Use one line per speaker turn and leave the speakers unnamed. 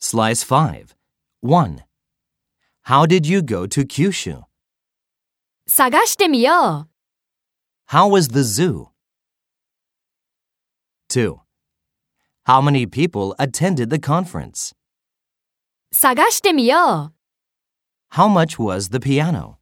Slice 5. 1. How did you go to Kyushu?
探してみよ
How was the zoo? 2. How many people attended the conference?
う探してみよう
How much was the piano?